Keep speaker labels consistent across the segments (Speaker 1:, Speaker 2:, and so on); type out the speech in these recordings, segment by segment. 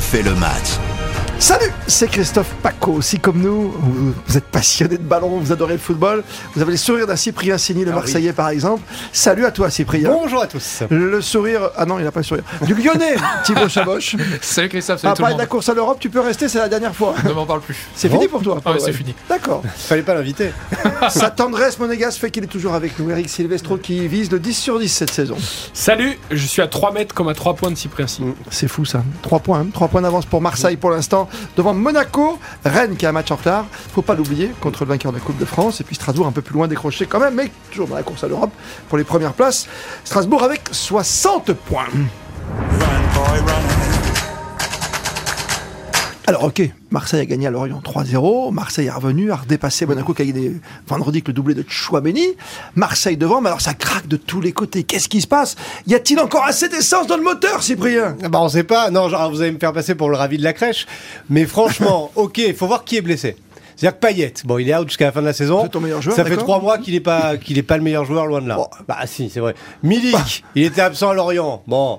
Speaker 1: fait le match.
Speaker 2: Salut, c'est Christophe Paco. Si comme nous, vous, vous êtes passionné de ballon, vous adorez le football, vous avez le sourire d'un Cyprien Signy, le
Speaker 3: Ah oui.
Speaker 2: Marseillais par exemple. Salut à toi Cyprien.
Speaker 3: Bonjour à tous.
Speaker 2: Le sourire, ah non, il n'a pas le sourire. Du Lyonnais, Thibaut Chaboche.
Speaker 4: Salut Christophe, salut
Speaker 2: À
Speaker 4: tout le
Speaker 2: parler de la
Speaker 4: monde.
Speaker 2: course à l'Europe, tu peux rester, c'est la dernière fois.
Speaker 4: Ne m'en parle plus.
Speaker 2: Ah, C'est
Speaker 3: Bon.
Speaker 2: fini pour toi.
Speaker 4: Ah ouais,
Speaker 2: Paul,
Speaker 4: c'est
Speaker 2: ouais.
Speaker 4: fini.
Speaker 2: D'accord.
Speaker 3: Fallait pas l'inviter.
Speaker 2: Sa tendresse monégasque fait qu'il est toujours avec nous. Eric Silvestro qui vise le 10 sur 10 cette saison.
Speaker 5: Salut, je suis à 3 mètres comme à 3 points de Cyprien
Speaker 3: Mm.
Speaker 5: Signy.
Speaker 2: C'est fou ça. 3 points, hein. Trois points d'avance pour Marseille pour l'instant devant Monaco, Rennes qui a un match en retard, faut pas l'oublier contre le vainqueur de la Coupe de France et puis Strasbourg un peu plus loin décroché quand même mais toujours dans la course à l'Europe pour les premières places. Strasbourg avec 60 points. Alors ok, Marseille a gagné à Lorient 3-0, Marseille est revenu, a redépassé Monaco qui a gagné vendredi avec le doublé de Chouameni, Marseille devant, mais alors ça craque de tous les côtés, qu'est-ce qui se passe Y a-t-il encore assez d'essence dans le moteur Cyprien
Speaker 3: Bah on sait pas. Non, genre, vous allez me faire passer pour le ravi de la crèche. Mais franchement, ok, il faut voir qui est blessé. C'est-à-dire que Payet, bon, il est out jusqu'à la fin de la saison.
Speaker 2: C'est ton meilleur joueur,
Speaker 3: Ça fait
Speaker 2: d'accord.
Speaker 3: trois mois qu'il est pas, qu'il est pas le meilleur joueur, loin de là.
Speaker 2: Oh.
Speaker 3: Bah si, c'est vrai.
Speaker 2: Bah.
Speaker 3: Milik, il était absent à Lorient. Bon.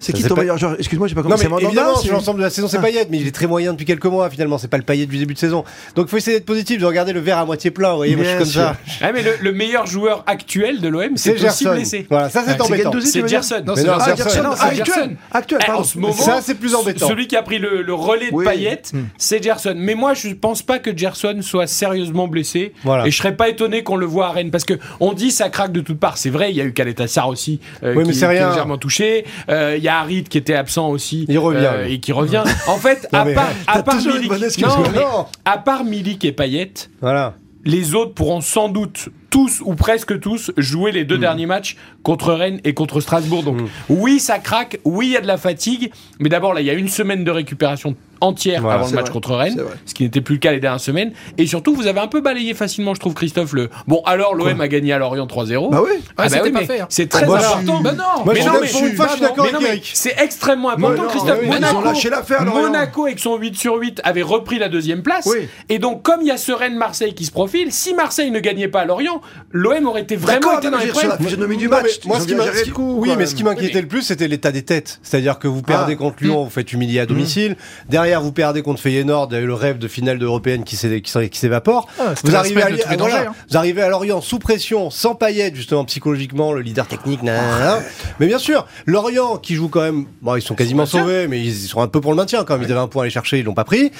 Speaker 2: C'est
Speaker 3: Ça,
Speaker 2: qui
Speaker 3: c'est
Speaker 2: ton
Speaker 3: pas-
Speaker 2: meilleur joueur Excuse-moi, j'ai pas
Speaker 3: Non
Speaker 2: compris.
Speaker 3: mais
Speaker 2: c'est Mandanda,
Speaker 3: évidemment,
Speaker 2: c'est-
Speaker 3: sur l'ensemble de la saison, c'est
Speaker 2: Ah.
Speaker 3: Payet, mais il est très moyen depuis quelques mois finalement. C'est pas le Payet du début de saison. Donc faut essayer d'être positif, de regarder le verre à moitié plein. Vous voyez, moi je suis
Speaker 2: Bien
Speaker 3: comme ça.
Speaker 5: Ah, mais le, le meilleur joueur actuel de l'OM,
Speaker 3: C'est
Speaker 5: c'est aussi
Speaker 3: Gerson.
Speaker 5: blessé. Ah,
Speaker 3: Voilà, ça c'est
Speaker 2: C'est
Speaker 3: embêtant.
Speaker 2: Guendouzi, tu veux
Speaker 5: C'est
Speaker 2: dire
Speaker 5: Gerson.
Speaker 3: Mais non,
Speaker 5: pas
Speaker 2: Ah,
Speaker 3: Gerson.
Speaker 2: Gerson,
Speaker 5: Non,
Speaker 2: ah,
Speaker 5: c'est Gerson.
Speaker 2: actuel, actuel,
Speaker 5: Eh,
Speaker 2: pardon.
Speaker 5: en ce moment,
Speaker 3: Ça, c'est plus embêtant. Hmm.
Speaker 5: ce- Celui qui a pris le, le relais de
Speaker 2: Oui.
Speaker 5: Payet,
Speaker 2: Mm.
Speaker 5: c'est Gerson. Mais moi, je pense pas que Gerson soit sérieusement blessé.
Speaker 3: Voilà.
Speaker 5: Et je serais pas étonné qu'on le voit à Rennes. Parce que on dit ça craque de toutes parts. C'est vrai, il y a eu Caletassar aussi, euh,
Speaker 3: Oui, mais
Speaker 5: qui,
Speaker 3: c'est
Speaker 5: qui
Speaker 3: rien.
Speaker 5: est légèrement touché. Euh, Il y a Harit qui était absent aussi. euh,
Speaker 3: Il revient, lui.
Speaker 5: et qui revient. En fait,
Speaker 3: Non,
Speaker 5: à
Speaker 3: mais-
Speaker 5: part, à
Speaker 2: T'as
Speaker 5: part
Speaker 2: toujours une
Speaker 5: Milik.
Speaker 2: bonne excuse.
Speaker 5: Non,
Speaker 3: Non.
Speaker 5: mais à part Milik et Payet,
Speaker 3: Voilà.
Speaker 5: les autres pourront sans doute tous ou presque tous jouer les deux derniers matchs contre Rennes et contre Strasbourg. Donc oui, ça craque, oui, il y a de la fatigue, mais d'abord là, il y a une semaine de récupération entière
Speaker 3: Voilà,
Speaker 5: avant le
Speaker 2: c'est
Speaker 5: match
Speaker 2: vrai,
Speaker 5: contre
Speaker 2: c'est
Speaker 5: Rennes,
Speaker 2: vrai.
Speaker 5: ce qui n'était plus le cas les dernières semaines. Et surtout, vous avez un peu balayé facilement, je trouve, Christophe, le... Bon, alors l'OM a gagné à Lorient 3-0.
Speaker 2: Bah oui.
Speaker 5: Ah, bah
Speaker 4: c'était
Speaker 5: oui,
Speaker 4: pas
Speaker 5: mais
Speaker 4: fait, hein.
Speaker 5: C'est très
Speaker 3: Moi, je suis-
Speaker 5: important.
Speaker 3: Bah
Speaker 4: non.
Speaker 3: Moi,
Speaker 5: Mais
Speaker 3: je
Speaker 5: non,
Speaker 3: suis
Speaker 5: mais-
Speaker 3: pour une fois, je suis d'accord
Speaker 5: mais non,
Speaker 3: avec
Speaker 5: mais
Speaker 3: Eric.
Speaker 5: c'est extrêmement important,
Speaker 2: non,
Speaker 5: Christophe.
Speaker 2: oui, ils ont
Speaker 5: Monaco,
Speaker 2: lâché l'affaire, Lorient.
Speaker 5: Monaco, avec son 8 sur 8, avait repris la deuxième place.
Speaker 2: Oui.
Speaker 5: Et donc, comme il y a ce Rennes-Marseille qui se profile, si Marseille ne gagnait pas à Lorient, l'OM aurait été vraiment
Speaker 2: D'accord,
Speaker 5: été dans
Speaker 2: mais
Speaker 5: les
Speaker 2: j'ai sur la
Speaker 5: problèmes.
Speaker 2: physionomie du
Speaker 3: Non,
Speaker 2: match.
Speaker 3: mais moi, ce qui m'a- ce qui- oui, mais ce qui m'inquiétait
Speaker 5: Oui,
Speaker 3: le plus, c'était l'état des têtes. C'est-à-dire que vous perdez
Speaker 2: Ah.
Speaker 3: contre Lyon,
Speaker 4: Mmh.
Speaker 3: vous faites humilier à domicile. Derrière, vous perdez contre Feyenoord, il y a eu le rêve de finale européenne qui s'é- qui s'é- qui s'évapore.
Speaker 4: Ah, c'était
Speaker 3: vous
Speaker 4: la
Speaker 3: arrivez à,
Speaker 4: semaine de tous les
Speaker 3: voilà,
Speaker 4: dangers, hein.
Speaker 3: vous arrivez à Lorient sous pression, sans paillettes justement psychologiquement, le leader technique. nan, nan, nan. Mais bien sûr, Lorient qui joue quand même, bon, ils sont quasiment sauvés, mais ils sont un peu pour le maintien quand même. Ils avaient un point à aller chercher, ils l'ont pas pris.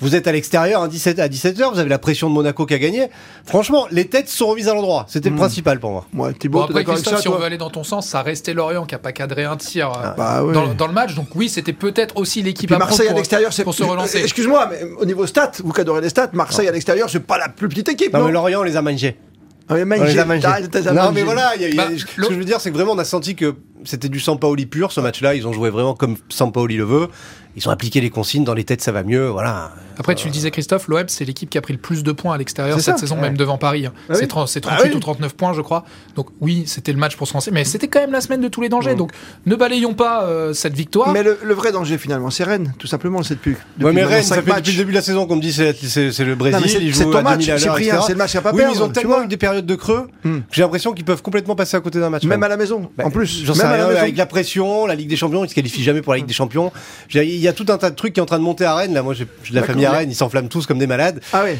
Speaker 3: Vous êtes à l'extérieur à 17 à 17 h vous avez la pression de Monaco qui a gagné. Franchement, les têtes se sont remises à l'endroit. C'était
Speaker 4: Mmh.
Speaker 3: le principal pour moi.
Speaker 2: Moi,
Speaker 4: Bon,
Speaker 2: Thibaut, t'es
Speaker 4: après,
Speaker 2: d'accord avec
Speaker 4: Christophe,
Speaker 2: ça,
Speaker 4: si on veut
Speaker 2: toi
Speaker 4: aller dans ton sens, ça restait Lorient qui a pas cadré un tir euh,
Speaker 2: bah ouais.
Speaker 4: dans, dans le match. Donc oui, c'était peut-être aussi l'équipe
Speaker 2: Puis
Speaker 4: à prendre
Speaker 2: Marseille à
Speaker 4: pour,
Speaker 2: l'extérieur, c'est
Speaker 4: pour se relancer.
Speaker 2: Excuse-moi, mais au niveau stats, vous qui adorez les stats, Marseille à l'extérieur, c'est pas la plus petite équipe.
Speaker 3: Non,
Speaker 2: Non,
Speaker 3: mais Lorient, on les a mangés.
Speaker 2: Ah, mais
Speaker 3: On les
Speaker 2: Manger,
Speaker 3: a mangés.
Speaker 2: t'as- t'as- t'as
Speaker 3: Non,
Speaker 2: mangé.
Speaker 3: mais voilà, il y a- il y a-
Speaker 4: Bah,
Speaker 3: ce que
Speaker 4: l'autre-
Speaker 3: je veux dire, c'est que vraiment, on a senti que c'était du Sampaoli pur ce match-là. Ils ont joué vraiment comme Sampaoli le veut. Ils ont appliqué les consignes dans les têtes, ça va mieux. Voilà.
Speaker 4: Après, tu le disais, Christophe, l'OM, c'est l'équipe qui a pris le plus de points à l'extérieur
Speaker 2: C'est
Speaker 4: cette
Speaker 2: ça,
Speaker 4: saison,
Speaker 2: ouais.
Speaker 4: même devant Paris. hein.
Speaker 2: Ah oui.
Speaker 4: C'est 30 c'est
Speaker 2: Bah
Speaker 4: 38
Speaker 2: oui.
Speaker 4: ou 39 points, je crois. Donc oui, c'était le match pour se lancer. Mais c'était quand même la semaine de tous les dangers. Donc ne balayons pas euh, cette victoire.
Speaker 2: Mm. Mais le, le vrai danger finalement, c'est Rennes, tout simplement, on le sait depuis. depuis
Speaker 3: Ouais, mais
Speaker 2: maintenant
Speaker 3: Rennes,
Speaker 2: cinq
Speaker 3: ça fait
Speaker 2: matchs.
Speaker 3: depuis le début de la saison qu'on me dit c'est c'est- c'est le Brésil,
Speaker 2: mais c'est-
Speaker 3: ils
Speaker 2: c'est
Speaker 3: jouent
Speaker 2: ton
Speaker 3: à 2000 à
Speaker 2: match,
Speaker 3: l'heure,
Speaker 2: Cyprien,
Speaker 3: etc..
Speaker 2: c'est le match à pas
Speaker 3: Oui,
Speaker 2: perdre,
Speaker 3: mais ils ont
Speaker 2: tu
Speaker 3: tellement
Speaker 2: vois.
Speaker 3: eu des périodes de creux
Speaker 2: Hmm.
Speaker 3: que j'ai l'impression qu'ils peuvent complètement passer à côté d'un match.
Speaker 2: Même
Speaker 3: Rennes.
Speaker 2: à la maison.
Speaker 3: Bah,
Speaker 2: en plus,
Speaker 3: j'en sais
Speaker 2: même à
Speaker 3: rien,
Speaker 2: la maison.
Speaker 3: avec la pression, la Ligue des Champions, ils se qualifient jamais pour la Ligue des Champions. Je veux dire, Il y a tout un tas de trucs qui est en train de monter à Rennes. Là, moi, j'ai j'ai de la
Speaker 2: D'accord,
Speaker 3: famille à
Speaker 2: mais-
Speaker 3: Rennes, ils s'enflamment tous comme des malades.
Speaker 2: Ah oui.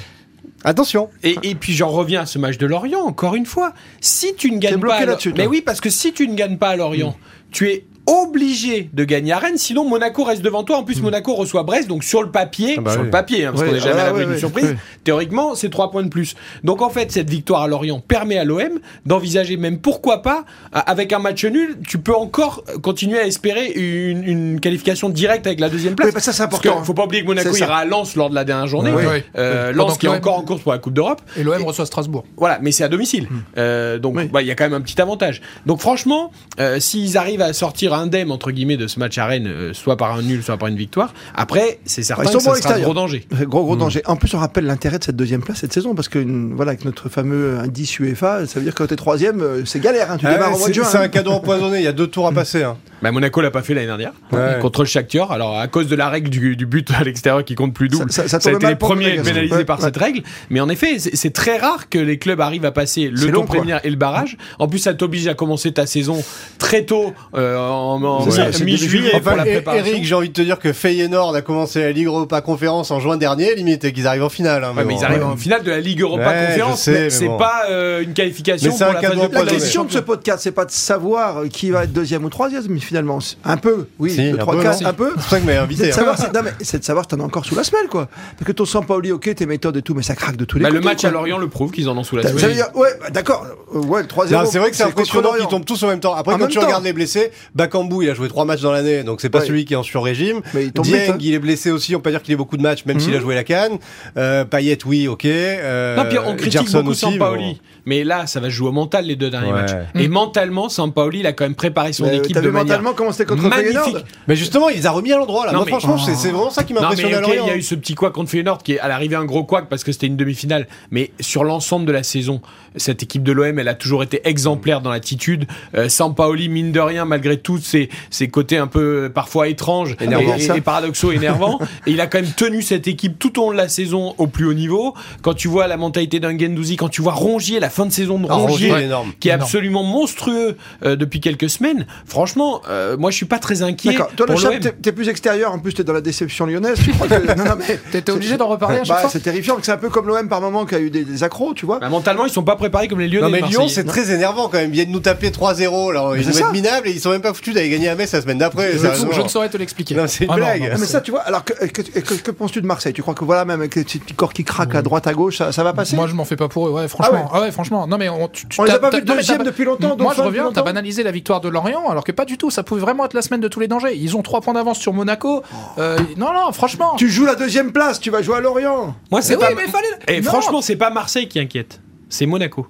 Speaker 3: Attention.
Speaker 5: Et, et puis j'en reviens à ce match de Lorient, encore une fois. Si tu ne gagnes
Speaker 2: bloqué
Speaker 5: pas. à Lo-
Speaker 2: là-dessus, toi. Mm.
Speaker 5: Mais oui, parce que si tu ne gagnes pas à Lorient, tu es obligé de gagner à Rennes, sinon Monaco reste devant toi. En plus, Monaco reçoit Brest, donc sur le papier,
Speaker 3: Ah bah
Speaker 5: sur
Speaker 3: oui.
Speaker 5: le papier, hein, parce
Speaker 2: Mm. Oui,
Speaker 5: qu'on n'est jamais
Speaker 2: ah
Speaker 5: à l'abri
Speaker 2: oui,
Speaker 5: d'une
Speaker 2: oui,
Speaker 5: surprise,
Speaker 2: oui.
Speaker 5: théoriquement, c'est trois points de plus. Donc en fait, cette victoire à Lorient permet à l'OM d'envisager même pourquoi pas, à- avec un match nul, tu peux encore continuer à espérer une, une qualification directe avec la deuxième place.
Speaker 2: Oui, bah, ça, c'est
Speaker 5: Parce
Speaker 2: important,
Speaker 5: que faut pas oublier que Monaco
Speaker 2: C'est ça.
Speaker 5: ira à Lens lors de la dernière journée.
Speaker 4: Oui. Oui.
Speaker 5: Euh,
Speaker 4: Oui. Pendant
Speaker 5: Lens
Speaker 4: que
Speaker 5: qui est
Speaker 4: l'OM
Speaker 5: encore en course pour la Coupe d'Europe.
Speaker 4: Et l'OM reçoit Strasbourg.
Speaker 5: Voilà, mais c'est à domicile. Euh, donc, bah,
Speaker 2: Hmm. Oui.
Speaker 5: il y a quand même un petit avantage. Donc, franchement, euh, s'ils arrivent à sortir indemne, entre guillemets, de ce match à Rennes, euh, soit par un nul, soit par une victoire, après, c'est certain
Speaker 2: Ils sont
Speaker 5: que ça
Speaker 2: bons à
Speaker 5: sera un
Speaker 2: l'extérieur.
Speaker 5: gros danger.
Speaker 2: Gros gros danger. En plus, on rappelle l'intérêt de cette deuxième place cette saison parce que une- voilà, avec notre fameux indice UEFA, ça veut dire que quand t'es troisième, euh, c'est galère. hein, tu
Speaker 3: Ah,
Speaker 2: démarres au mois de
Speaker 3: C'est
Speaker 2: juin.
Speaker 3: c'est
Speaker 2: hein.
Speaker 3: un cadeau empoisonné. Il y a deux tours à passer. hein.
Speaker 5: Bah, Monaco l'a pas fait l'année dernière
Speaker 3: Ouais.
Speaker 5: contre le Shakhtar. Alors, à cause de la règle du, du but à l'extérieur qui compte plus double,
Speaker 2: Ça- ça-
Speaker 5: ça,
Speaker 2: ça
Speaker 5: a
Speaker 2: tombe
Speaker 5: été
Speaker 2: mal
Speaker 5: les
Speaker 2: pour
Speaker 5: premiers
Speaker 2: Monégasque.
Speaker 5: pénalisés
Speaker 2: Ouais,
Speaker 5: par
Speaker 2: ouais.
Speaker 5: cette règle. Mais en effet, c'est c'est très rare que les clubs arrivent à passer
Speaker 2: C'est
Speaker 5: le
Speaker 2: long,
Speaker 5: tour
Speaker 2: quoi.
Speaker 5: préliminaire et le barrage. En plus, ça t'oblige à commencer ta saison très tôt euh, en, en en
Speaker 2: C'est ça,
Speaker 5: mi-
Speaker 2: c'est début
Speaker 5: mi-juillet
Speaker 2: juillet.
Speaker 5: pour la
Speaker 3: Eh,
Speaker 5: préparation.
Speaker 3: Eric, j'ai envie de te dire que Feyenoord a commencé la Ligue Europa Conférence en juin dernier, limite, et qu'ils arrivent en finale. hein,
Speaker 5: Ouais, mais
Speaker 3: bon.
Speaker 5: ils arrivent en finale de la Ligue Europa
Speaker 3: Ouais,
Speaker 5: Conférence,
Speaker 3: je sais,
Speaker 5: mais
Speaker 3: mais
Speaker 5: c'est
Speaker 3: bon.
Speaker 5: pas euh, une qualification
Speaker 3: Mais c'est
Speaker 5: pour
Speaker 3: un
Speaker 5: la
Speaker 3: cadeau
Speaker 5: phase de
Speaker 3: empoisonné.
Speaker 2: La
Speaker 5: poule.
Speaker 3: Pardon,
Speaker 2: question de ce podcast, c'est pas de savoir euh, qui va être deuxième ou troisième, finalement. C'est Un peu, oui,
Speaker 3: Si,
Speaker 2: deux,
Speaker 3: un
Speaker 2: trois,
Speaker 3: peu,
Speaker 2: quatre,
Speaker 3: non
Speaker 2: un peu.
Speaker 3: C'est pour ça que vous m'avez
Speaker 2: C'est
Speaker 3: invité.
Speaker 2: de
Speaker 3: hein.
Speaker 2: savoir si non, mais c'est de savoir si t'en as encore sous la semelle, quoi. Parce que ton Sampaoli, ok, tes méthodes et tout, mais ça craque de tous les
Speaker 5: Bah, le
Speaker 2: côtés,
Speaker 5: match
Speaker 2: quoi.
Speaker 5: à Lorient le prouve qu'ils en ont sous la
Speaker 2: Ça
Speaker 5: semelle.
Speaker 2: veut dire, ouais, bah, d'accord, euh, ouais, le 3
Speaker 3: Non, c'est vrai que c'est impressionnant qu'ils
Speaker 2: tombe
Speaker 3: tombent tous en même temps. Après,
Speaker 2: En
Speaker 3: quand
Speaker 2: même
Speaker 3: tu
Speaker 2: temps.
Speaker 3: regardes les blessés, Bakambu, il a joué trois matchs dans l'année, donc c'est pas
Speaker 2: Ouais.
Speaker 3: celui qui est en sur-régime.
Speaker 2: Mais il tombe vite,
Speaker 3: Dieng,
Speaker 2: hein.
Speaker 3: il est blessé aussi, on peut pas dire qu'il ait beaucoup de matchs, même s'il a joué la canne. Euh, Payet, oui, ok. Euh,
Speaker 5: Non, puis on critique
Speaker 3: Gerson
Speaker 5: beaucoup
Speaker 3: aussi, mais
Speaker 5: Sampaoli.
Speaker 3: bon.
Speaker 5: Mais, là, ça va se jouer au mental les deux derniers
Speaker 3: Ouais.
Speaker 5: matchs. Et mentalement, Sampaoli, il a quand même préparé son
Speaker 2: Mais, euh,
Speaker 5: équipe
Speaker 2: t'as
Speaker 5: de
Speaker 2: vu
Speaker 5: manière
Speaker 2: mentalement comment c'était contre Feyenoord
Speaker 5: magnifique.
Speaker 3: Mais justement, il les a remis à l'endroit, là.
Speaker 5: Non,
Speaker 3: Moi,
Speaker 5: mais-
Speaker 3: franchement, c'est- c'est vraiment ça qui m'a
Speaker 5: Non mais
Speaker 3: impressionné à
Speaker 5: ok, il y
Speaker 3: Lorient. hein.
Speaker 5: a eu ce petit couac contre Feyenoord qui est à l'arrivée un gros couac parce que c'était une demi-finale. Mais sur l'ensemble de la saison, cette équipe de l'OM, elle a toujours été exemplaire dans l'attitude. Euh, Sampaoli, mine de rien, malgré tous ses, ses côtés un peu euh, parfois étranges et,
Speaker 2: Énervant,
Speaker 5: et-
Speaker 2: ça.
Speaker 5: et paradoxaux, énervants, et il a quand même tenu cette équipe tout au long de la saison au plus haut niveau. Quand tu vois la mentalité d'un Guendouzi, quand tu vois Rongier, la fin de saison de
Speaker 3: Ah, Rongier,
Speaker 5: Rongier,
Speaker 3: il est énorme.
Speaker 5: qui est
Speaker 4: Énorme.
Speaker 5: absolument monstrueux euh, depuis quelques semaines, franchement, euh, moi je suis pas très inquiet.
Speaker 2: D'accord, toi, le
Speaker 5: pour
Speaker 2: chap,
Speaker 5: l'OM.
Speaker 2: t'es- t'es plus extérieur, en plus, t'es dans la déception lyonnaise. Tu crois que... non, non, mais.
Speaker 4: T'étais obligé d'en reparler à chaque
Speaker 2: Bah,
Speaker 4: fois
Speaker 2: c'est terrifiant, parce que c'est un peu comme l'OM par moment qui a eu des, des accros, tu vois.
Speaker 5: Bah, mentalement, ils sont pas préparés comme les Lyonnais.
Speaker 3: Non mais
Speaker 5: les
Speaker 3: Lyon
Speaker 5: Marseillais.
Speaker 3: c'est très énervant quand même, ils viennent nous taper 3-0 là, ils
Speaker 2: c'est
Speaker 3: nous
Speaker 2: ça.
Speaker 3: mettent minables et ils sont même pas foutus d'aller gagner à Metz la semaine d'après.
Speaker 4: Je,
Speaker 3: sérieusement.
Speaker 4: je ne saurais te l'expliquer.
Speaker 3: Non, c'est une
Speaker 4: Ah,
Speaker 3: blague.
Speaker 2: Ah, mais
Speaker 4: c'est-
Speaker 2: ça, tu vois, alors que, que, que- que penses-tu de Marseille Tu crois que voilà, même avec ces petits corps qui craquent à droite, à gauche, ça, ça va passer
Speaker 4: Moi, je m'en fais pas pour eux. Ouais, franchement. Ah ouais, franchement. Non, mais on, tu, tu-
Speaker 2: On les a
Speaker 4: t'as-
Speaker 2: pas
Speaker 4: t'as-
Speaker 2: vus
Speaker 4: non, mais
Speaker 2: deuxième
Speaker 4: t'as-
Speaker 2: depuis longtemps,
Speaker 4: Moi,
Speaker 2: dauphin
Speaker 4: je
Speaker 2: depuis
Speaker 4: reviens. T'as
Speaker 2: longtemps.
Speaker 4: banalisé la victoire de Lorient, alors que pas du tout. Ça pouvait vraiment être la semaine de tous les dangers. Ils ont trois points d'avance sur Monaco. Euh, non, non, franchement.
Speaker 2: Tu Eh, joues la deuxième place, tu vas jouer à Lorient.
Speaker 5: Moi, c'est
Speaker 4: Mais
Speaker 5: pas.
Speaker 4: oui, mais fallait-
Speaker 5: Et
Speaker 4: Non.
Speaker 5: franchement, c'est pas Marseille qui inquiète. C'est Monaco.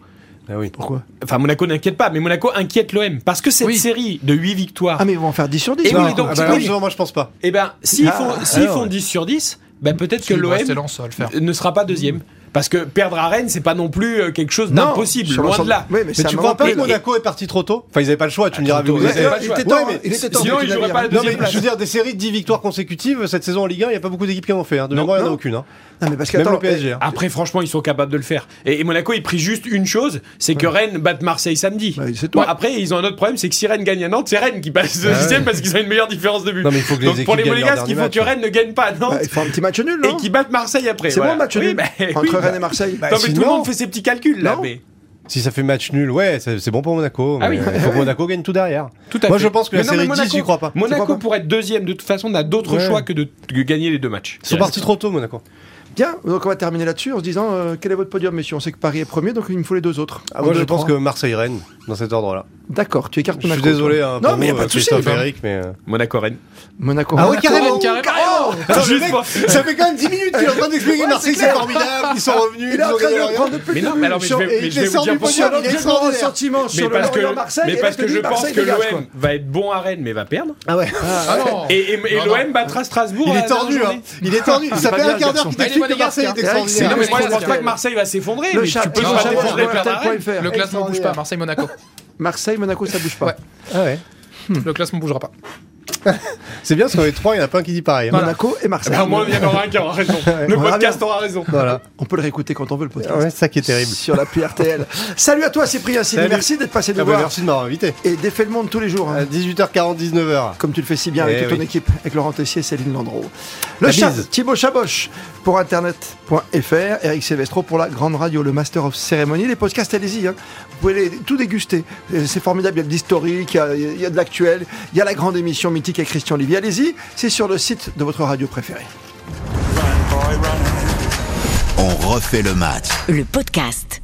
Speaker 3: Ah oui.
Speaker 2: Pourquoi
Speaker 5: Enfin, Monaco n'inquiète pas, mais Monaco inquiète l'OM. Parce que cette
Speaker 4: Oui.
Speaker 5: série de 8 victoires,
Speaker 2: Ah, mais ils vont en faire 10 sur 10.
Speaker 5: Et
Speaker 2: non
Speaker 5: oui, donc,
Speaker 3: Ah bah,
Speaker 5: oui.
Speaker 3: justement, moi je pense pas.
Speaker 5: eh ben, s'ils
Speaker 2: Ah,
Speaker 5: font, s'ils
Speaker 3: alors,
Speaker 5: font
Speaker 3: ouais.
Speaker 5: 10 sur 10, ben peut-être que
Speaker 4: Si,
Speaker 5: l'OM
Speaker 4: Brest et Lens, ça va le faire.
Speaker 5: ne sera pas deuxième. Parce que perdre à Rennes, c'est pas non plus euh, quelque chose d'impossible,
Speaker 2: sur
Speaker 5: loin
Speaker 2: l'ensemble-
Speaker 5: de là.
Speaker 2: Oui, mais,
Speaker 3: Mais
Speaker 2: c'est
Speaker 3: tu
Speaker 2: un
Speaker 3: crois
Speaker 2: moment
Speaker 3: pas
Speaker 5: donné-
Speaker 3: que Monaco est parti trop tôt Enfin ils avaient pas le choix, tu me diras.
Speaker 5: trop
Speaker 3: vous
Speaker 5: tôt,
Speaker 3: avez-
Speaker 5: ouais. pas le
Speaker 2: Il
Speaker 5: choix.
Speaker 2: était temps,
Speaker 3: Ouais, mais
Speaker 2: il était temps.
Speaker 5: sinon,
Speaker 2: que tu
Speaker 5: ils joueraient
Speaker 2: gagnes
Speaker 5: pas
Speaker 2: la
Speaker 5: la
Speaker 3: hein. Non
Speaker 2: Ligue.
Speaker 5: deuxième
Speaker 3: mais
Speaker 5: place.
Speaker 3: je veux dire des séries de 10 victoires consécutives cette saison en Ligue 1, il y a pas beaucoup d'équipes qui en ont fait. hein. De
Speaker 2: Non,
Speaker 3: mémoire, il y en a
Speaker 2: non.
Speaker 3: aucune. hein.
Speaker 2: Non, mais parce que
Speaker 3: Même
Speaker 2: attends,
Speaker 3: le PSG. hein.
Speaker 5: Après, franchement, ils sont capables de le faire. Et, et Monaco, ils prient juste une chose, c'est que Rennes batte Marseille samedi.
Speaker 2: Bah, c'est tout.
Speaker 5: Bon, après, ils ont un autre problème, c'est que si Rennes gagne à Nantes, c'est Rennes qui passe deuxième parce qu'ils ont une meilleure différence de but.
Speaker 3: Non, mais il faut que les
Speaker 5: Donc pour les
Speaker 3: équipes gagnent leur
Speaker 5: Monégasques, il faut
Speaker 3: dernier
Speaker 5: que
Speaker 3: match.
Speaker 5: Rennes ne gagne pas à Nantes
Speaker 2: Bah, Il faut un petit match nul, non
Speaker 5: et qui battent Marseille après.
Speaker 2: C'est bon
Speaker 5: voilà.
Speaker 2: le match
Speaker 5: Oui,
Speaker 2: nul
Speaker 5: bah, oui,
Speaker 2: Entre
Speaker 5: bah.
Speaker 2: Rennes et Marseille
Speaker 5: Non, mais tout le
Speaker 3: sinon-
Speaker 5: monde fait ses petits calculs là.
Speaker 2: Non.
Speaker 5: Mais...
Speaker 3: Si ça fait match nul, ouais, c'est c'est bon pour Monaco.
Speaker 5: Ah
Speaker 3: mais
Speaker 5: oui.
Speaker 3: Il faut que Monaco gagne tout derrière.
Speaker 5: Tout à
Speaker 3: Moi,
Speaker 5: fait.
Speaker 3: je pense que
Speaker 5: Mais non,
Speaker 3: la
Speaker 5: mais
Speaker 3: série 10,
Speaker 5: Monaco-
Speaker 3: j'y crois pas.
Speaker 2: Tu
Speaker 5: Monaco
Speaker 2: crois pas
Speaker 5: pour être deuxième, de toute façon, n'a d'autre
Speaker 3: Ouais.
Speaker 5: choix que de que gagner les deux matchs.
Speaker 3: Ils sont partis trop tôt, Monaco.
Speaker 2: Bien, donc on va terminer là-dessus en se disant euh, quel est votre podium, messieurs On sait que Paris est premier, donc il me faut les deux autres. Un,
Speaker 3: Moi,
Speaker 2: Ah, deux,
Speaker 3: je pense que
Speaker 2: trois.
Speaker 3: Marseille-Rennes, dans cet ordre-là.
Speaker 2: D'accord, tu écartes
Speaker 3: Je suis
Speaker 2: Monaco.
Speaker 3: désolé.
Speaker 2: toi.
Speaker 3: hein,
Speaker 2: non,
Speaker 3: pour
Speaker 2: mais il n'y
Speaker 3: vous,
Speaker 2: a pas de souci.
Speaker 3: Christophe, Eric, mais. euh,
Speaker 5: Monaco-Rennes.
Speaker 2: Monaco.
Speaker 3: Ah ouais, carrément,
Speaker 4: carrément.
Speaker 3: carrément.
Speaker 5: Attends,
Speaker 3: Juste
Speaker 5: mais
Speaker 3: pour- Ça fait quand même 10 minutes qu'il est en train d'expliquer Marseille, c'est formidable, ils sont revenus,
Speaker 2: Il est
Speaker 3: ils
Speaker 2: en train
Speaker 3: ont
Speaker 2: de
Speaker 3: gagné
Speaker 2: le
Speaker 3: leur
Speaker 2: prendre depuis
Speaker 5: Mais
Speaker 2: le
Speaker 5: non,
Speaker 2: début.
Speaker 5: mais alors, mais je
Speaker 2: sur-
Speaker 5: vais, mais je
Speaker 3: il
Speaker 5: vais vous
Speaker 3: descend
Speaker 5: dire
Speaker 3: du
Speaker 5: pourquoi.
Speaker 2: sur
Speaker 3: podium,
Speaker 2: le
Speaker 3: il est
Speaker 2: grand
Speaker 3: extraordinaire.
Speaker 2: ressentiment
Speaker 5: Mais
Speaker 2: sur le
Speaker 5: parce que,
Speaker 2: Lorient Marseille.
Speaker 5: mais
Speaker 2: et
Speaker 5: parce
Speaker 2: là,
Speaker 5: que je
Speaker 2: dis,
Speaker 5: pense
Speaker 2: Marseille
Speaker 5: que
Speaker 2: dégage,
Speaker 5: l'OM va être bon à Rennes mais va perdre.
Speaker 3: Ah ouais.
Speaker 4: Ah non.
Speaker 2: eh,
Speaker 5: Et, et- et
Speaker 4: Non,
Speaker 5: l'OM battra Strasbourg.
Speaker 3: Il
Speaker 5: à
Speaker 3: est
Speaker 5: la
Speaker 3: tordu, hein.
Speaker 5: journée.
Speaker 3: Il est tordu. Ça
Speaker 2: pas
Speaker 3: fait
Speaker 2: bien,
Speaker 3: un quart d'heure
Speaker 2: garçon.
Speaker 3: qu'il
Speaker 4: Bah, il est
Speaker 3: t'explique que
Speaker 4: monégasque,
Speaker 3: Marseille
Speaker 4: hein.
Speaker 3: est
Speaker 2: C'est
Speaker 5: Non,
Speaker 3: extraordinaire.
Speaker 5: mais moi, je
Speaker 2: trop
Speaker 5: pense pas
Speaker 2: carré.
Speaker 5: que Marseille va s'effondrer.
Speaker 2: Le
Speaker 5: mais tu
Speaker 2: chat-
Speaker 5: peux
Speaker 2: le
Speaker 5: pas
Speaker 2: chat-
Speaker 5: t'effondrer
Speaker 2: le
Speaker 5: perdre à Rennes.
Speaker 2: chat-
Speaker 4: Le classement bouge pas. Marseille, Monaco.
Speaker 2: Marseille, Monaco, ça bouge pas.
Speaker 4: Ouais.
Speaker 3: Ah ouais.
Speaker 4: Le classement bougera pas.
Speaker 3: C'est bien parce qu'on est trois, il y en a pas un qui dit pareil. hein.
Speaker 2: Monaco et Marseille.
Speaker 5: Au moins, Eh ben, il y en aura un qui aura raison. Le
Speaker 2: verra
Speaker 5: podcast aura raison.
Speaker 3: Voilà.
Speaker 2: On peut le réécouter quand on veut le podcast.
Speaker 3: Ah Ouais, c'est ça qui est terrible.
Speaker 2: Sur l'appli RTL. Salut à toi Cyprien Sini,
Speaker 3: Salut.
Speaker 2: merci d'être passé nous
Speaker 3: Ah bah,
Speaker 2: voir.
Speaker 3: merci de m'avoir invité.
Speaker 2: Et défait le monde tous les jours. hein.
Speaker 3: À 18h40, 19h.
Speaker 2: comme tu le fais si bien
Speaker 3: Eh
Speaker 2: avec toute
Speaker 3: oui.
Speaker 2: ton équipe, avec Laurent Tessier et Céline Landreau. Le
Speaker 3: La
Speaker 2: chat,
Speaker 3: bise.
Speaker 2: Thibaut Chaboche pour internet.fr, Eric Silvestro pour la grande radio, le Master of Cérémonie, les podcasts, allez-y, hein. vous pouvez les, tout déguster. Euh, C'est formidable, il y a de l'historique, il y a- il y, a de l'actuel, il y a la grande émission mythique avec Christian Olivier, allez-y, c'est sur le site de votre radio préférée.
Speaker 1: On refait le match.
Speaker 6: le podcast.